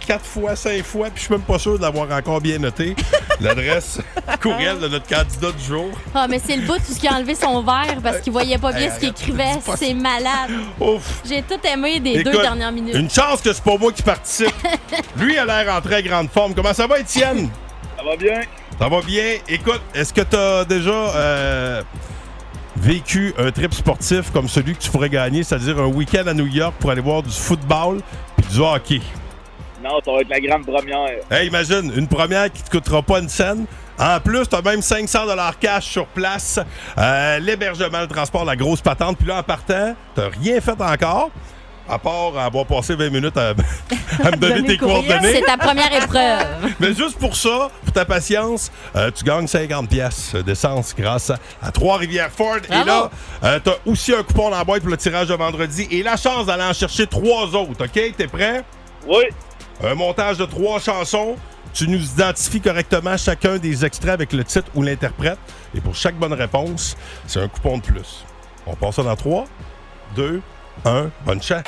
S3: quatre fois, cinq fois, puis je suis même pas sûr de l'avoir encore bien noté. L'adresse courriel de notre candidat du jour.
S7: Ah, mais c'est le bout de ce qui a enlevé son verre parce qu'il voyait pas bien
S3: Hey,
S7: ce qu'il écrivait. C'est malade.
S3: Ouf.
S7: J'ai tout aimé des deux
S3: Écoute,
S7: dernières minutes.
S3: Une chance que c'est pas moi qui participe. Lui a l'air en très grande forme. Comment ça va, Étienne?
S9: Ça va bien?
S3: Ça va bien. Écoute, est-ce que tu as déjà euh, vécu un trip sportif comme celui que tu pourrais gagner, c'est-à-dire un week-end à New York pour aller voir du football puis du hockey?
S9: Non, ça va être la grande première.
S3: Hey, imagine, une première qui te coûtera pas une scène. En plus, t'as même 500 cash sur place. Euh, L'hébergement, le transport, la grosse patente. Puis là, en partant, t'as rien fait encore, à part avoir passé 20 minutes à, à me donner tes coordonnées.
S7: C'est ta première épreuve.
S3: Mais juste pour ça, pour ta patience, euh, tu gagnes 50 pièces d'essence grâce à, à Trois-Rivières Ford. Et là,
S7: Bravo.
S3: euh, t'as aussi un coupon dans la boîte pour le tirage de vendredi et la chance d'aller en chercher trois autres, OK? T'es prêt?
S9: Oui.
S3: Un montage de trois chansons. Tu nous identifies correctement chacun des extraits avec le titre ou l'interprète. Et pour chaque bonne réponse, c'est un coupon de plus. On passe ça dans 3, 2, 1. Bonne chance.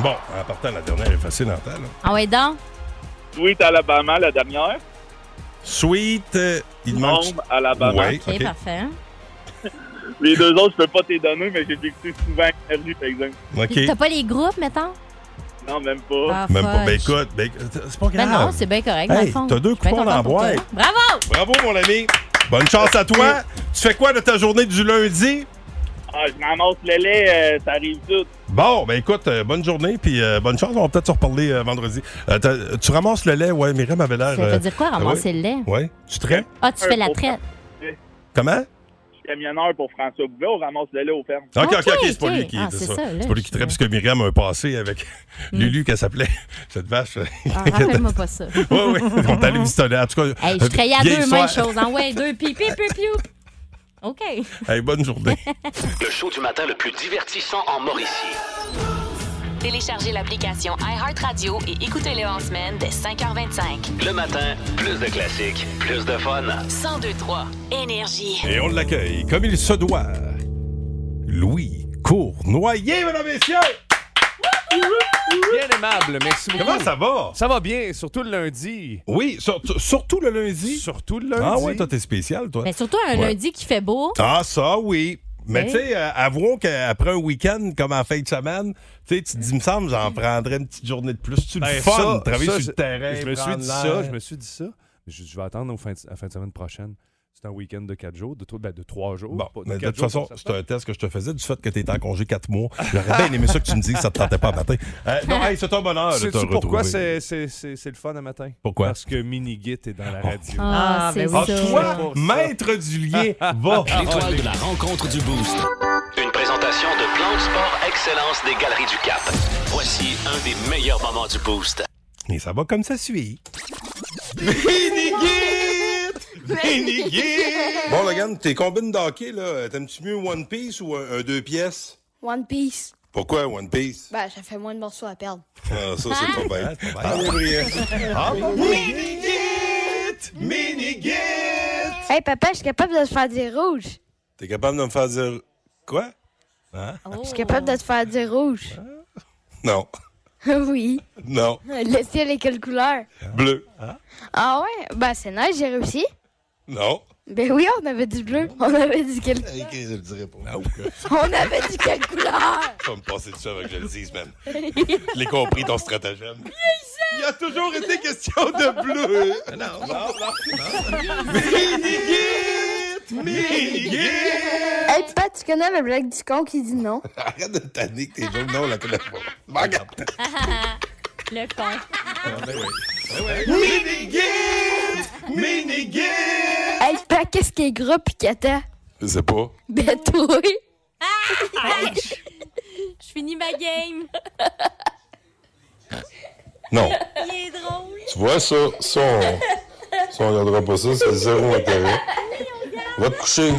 S3: Bon, en partant, la dernière est facile en temps. là.
S7: Ah ouais, donc?
S9: Sweet Alabama, la dernière.
S3: Sweet, euh, il demande...
S9: Home, Alabama.
S3: Ouais,
S7: OK,
S3: ok.
S7: Eh, parfait.
S9: Les deux autres, je peux pas t'es donner, mais j'ai écouté souvent à rue, par exemple.
S7: Puis T'as pas les groupes, mettons?
S9: Non, même pas.
S7: Ah,
S3: Même
S7: fudge.
S3: pas. Ben écoute, ben, c'est pas grave.
S7: Ben non, c'est bien correct, dans le
S3: Hey,
S7: fond.
S3: t'as deux
S7: Je suis bien
S3: coupons dans la
S7: contente pour
S3: boîte.
S7: toi. Bravo!
S3: Bravo, mon ami. Bonne chance à toi. Tu fais quoi de ta journée du lundi?
S9: Ah, je m'amasse le lait, euh, ça arrive tout.
S3: Bon, ben écoute, euh, bonne journée, puis euh, bonne chance. On va peut-être se reparler euh, vendredi. Euh, t'as- tu ramasses le lait, ouais, Myriam avait l'air. euh,
S7: Ça veut dire quoi, ramasser le lait?
S3: Ah, ben, Ouais, tu traites.
S7: Ah, tu fais la traite.
S3: Comment?
S9: Je suis camionneur pour François Bouvet, on ramasse le lait aux fermes.
S3: Ok, ok, ok, c'est pas
S7: ok.
S3: lui qui
S7: Ah,
S3: c'est
S7: c'est
S3: ça.
S7: ça, là,
S3: C'est pas lui
S7: je-
S3: qui
S7: Hmm.
S3: traite, parce que Myriam a un passé avec Lulu, qu'elle s'appelait. Cette vache.
S7: Ah, Rappelle-moi pas ça.
S3: Oui, oui, on t'a allé vistonner. En tout cas,
S7: Hey, je trahis à
S3: vieille
S7: deux mains les
S3: histoire.
S7: choses. En Ah ouais, deux, pi, pi, pi, piou. OK.
S3: Hey, bonne journée.
S2: Le show du matin le plus divertissant en Mauricie.
S6: Téléchargez l'application iHeartRadio et écoutez-le en semaine dès 5h25.
S2: Le matin, plus de classiques, plus de fun.
S6: 1023 Énergie.
S3: Et on l'accueille comme il se doit. Louis Cournoyer, mesdames et messieurs!
S17: Bien aimable, merci beaucoup.
S3: Comment ça va?
S17: Ça va bien, surtout le lundi.
S3: Oui, surtout le lundi.
S17: Surtout le lundi.
S3: Ah ouais, toi, t'es spécial, toi.
S7: Mais Ben, surtout un
S3: Ouais.
S7: lundi qui fait beau.
S3: Ah, ça, oui. Mais
S7: Oui.
S3: tu sais, euh, avouons qu'après un week-end, comme en fin de semaine, tu sais, tu te dis, il me semble, j'en prendrais une petite journée de plus. Tu le
S17: Ben,
S3: fun,
S17: ça,
S3: de travailler
S17: ça,
S3: sur
S17: je-
S3: le terrain.
S17: Je me suis
S3: prendre
S17: dit
S3: l'air.
S17: ça, je me suis dit ça. Je, je vais attendre aux fins de- à la fin de semaine prochaine. C'est un week-end de 4 jours, de, trois- ben, de 3 jours.
S3: Bon,
S17: pas
S3: mais de
S17: quatre
S3: toute
S17: jours,
S3: façon,
S17: comme ça se
S3: c'est un test que je te faisais du fait que tu étais en congé 4 mois. J'aurais bien aimé ça que tu me dises que ça te tentait pas à matin. Euh, non, hey, c'est un bonheur de
S17: Sais-tu
S3: te
S17: pourquoi
S3: retrouver.
S17: c'est, c'est, c'est, c'est le fun à matin?
S3: Pourquoi?
S17: Parce que Minigit est dans la radio.
S3: Ah,
S2: Ah, c'est
S3: Ah,
S2: ça.
S3: toi, maître du lien, va.
S2: L'étoile de la rencontre du Boost. Une présentation de Plan de Sport Excellence des Galeries du Cap. Voici un des meilleurs moments du Boost.
S3: Et ça va comme ça suit. Ah. Bon, Logan, tes combines d'hockey, là, t'aimes-tu mieux One Piece ou un, un deux pièces?
S12: One Piece.
S3: Pourquoi One Piece?
S12: Ben, ça fait moins de morceaux à perdre.
S3: Ah, ça, c'est
S7: Hein?
S3: pas bête. Ah, oui,
S12: Ah, Hey, papa, je suis capable de te faire dire rouge.
S3: T'es capable de me faire dire quoi? Hein?
S12: Je suis capable de te faire dire rouge.
S3: Non,
S12: oui.
S3: non,
S12: Le ciel est quelle couleur?
S3: bleu.
S12: Ah ouais? Ben, c'est nice, j'ai réussi.
S3: Non.
S12: Ben oui, on avait dit bleu. On avait dit quelle...
S3: Ok, Ah, je le dirai pas.
S12: On avait dit quelle couleur?
S3: Tu vas me passer dessus avant que je le dise, man. Je l'ai compris, ton stratagème. Il y a toujours été question de bleu. Non, non, non.
S12: Hey, papa, tu connais la blague du con qui dit non?
S3: Arrête de tanner que t'es jaune. Non, on la connaît pas. Bon, regarde.
S7: Le con.
S12: Hey, papa, qu'est-ce qui est gras pis qui attend?
S13: Je sais pas.
S12: Ben, toi.
S7: Je finis ma game.
S13: Non.
S7: Il est drôle.
S13: Tu vois, ça, ça, on, ça, on regardera pas ça, c'est zéro intérêt. Va te coucher.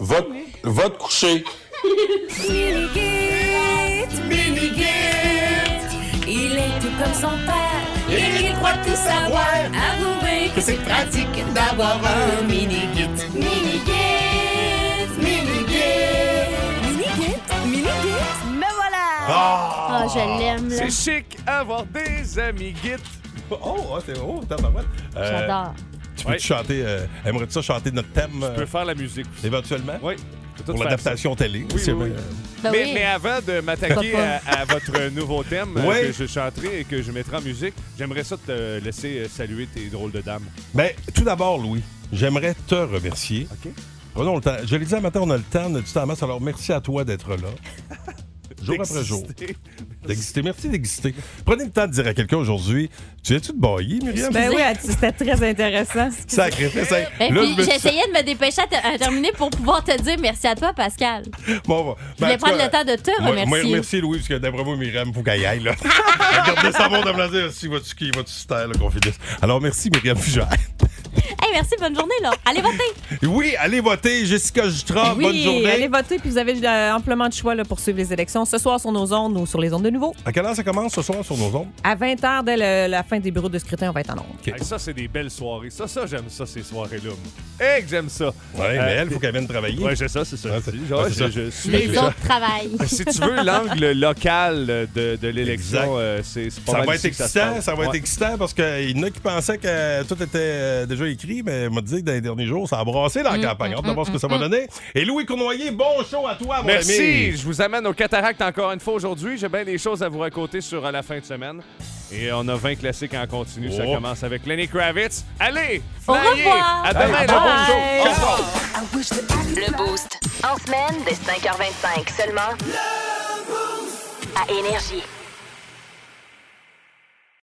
S13: Va, va te coucher.
S10: Minigit, Minigit, il est tout comme son père, il croit tout savoir. Avouez que c'est pratique d'avoir un Minigit. Minigit, Minigit, Minigit, Minigit, me voilà.
S7: Ah, je l'aime, là.
S17: C'est chic avoir des amis guides.
S3: Oh, oh, c'est oh, t'as pas mal. Euh,
S7: J'adore.
S3: Tu peux te chanter, euh, aimerais-tu ça chanter notre thème? Tu
S17: peux faire la musique aussi.
S3: Éventuellement?
S17: Oui.
S3: Pour l'adaptation télé. euh,
S17: Oui,
S3: c'est
S17: oui,
S3: vrai.
S7: Ben
S17: mais,
S7: oui.
S17: mais avant de m'attaquer à, à votre nouveau thème euh,
S3: Oui.
S17: que je chanterai et que je mettrai en musique, j'aimerais ça te laisser euh, saluer tes drôles de dames.
S3: Ben, tout d'abord, Louis, j'aimerais te remercier.
S17: OK.
S3: Prenons le temps. Je l'ai dit un matin, on a le temps, on a du temps à masse, alors merci à toi d'être là. jour après jour.
S17: D'exister.
S3: D'exister. Merci d'exister. Prenez le temps de dire à quelqu'un aujourd'hui Tu es-tu de bailler, Myriam
S8: Ben oui, c'était très intéressant.
S3: Sacré, c'est-
S7: Ben,
S3: là,
S7: puis
S3: je me suis-
S7: j'essayais de me dépêcher à, te- à terminer pour pouvoir te dire merci à toi, Pascal.
S3: Bon,
S7: Je
S3: on va-
S7: voulais
S3: en tout cas,
S7: prendre le temps de te
S3: moi- Moi,
S7: remercier.
S3: remercier Louis, parce que d'après moi, Myriam, faut qu'elle y aille. là. Regardez sa montre, elle me l'a dit Merci, vas-tu qui, vas-tu se taire, là, qu'on finisse. Alors, merci, Myriam Fugère.
S7: Hey, merci, bonne journée, là. Allez voter.
S3: Oui, allez voter, Jessica Jutra, Ah, bonne journée.
S8: allez voter, puis vous avez euh, amplement de choix là, pour suivre les élections ce soir sur nos ondes ou sur les ondes de nouveau.
S3: À quelle heure ça commence ce soir sur nos ondes?
S8: À 20h, dès le- la fin des bureaux de scrutin, on va être en ondes.
S17: Hey, ça, c'est des belles soirées. Ça, ça, j'aime ça, ces soirées-là. moi. Hey, que j'aime ça. Euh,
S3: Oui, mais elle, faut qu'elle vienne travailler.
S17: Ouais, c'est ça, c'est ça. je dis. Genre,
S3: ouais, c'est
S17: je,
S3: ça.
S17: je suis-
S7: Les
S17: je-
S7: autres travaillent.
S17: Si tu veux l'angle local de, de l'élection, euh, c'est c'est pas
S3: Ça
S17: mal
S3: va être
S17: ici que
S3: excitant,
S17: se
S3: ça,
S17: passe.
S3: va être
S17: Ouais.
S3: excitant parce qu'il y en a qui pensaient que tout était euh, déjà écrit, mais m'a dit que dans les derniers jours, ça a brassé dans la campagne. Hâte de voir ce que ça va donner. Et Louis Cournoyer, bon show à toi, mon ami.
S17: Merci. Je vous amène aux cataractes encore une fois aujourd'hui. J'ai bien des choses à vous raconter sur euh, la fin de semaine. Et on a 20 classiques en continu. Ça
S2: Oh.
S17: commence avec Lenny Kravitz. Allez,
S6: Au
S17: flyez.
S6: revoir.
S17: À demain,
S6: Bye.
S17: le bon show.
S6: Bye.
S17: Au revoir.
S1: Le Boost. En semaine, dès 5h25 seulement. À Énergie.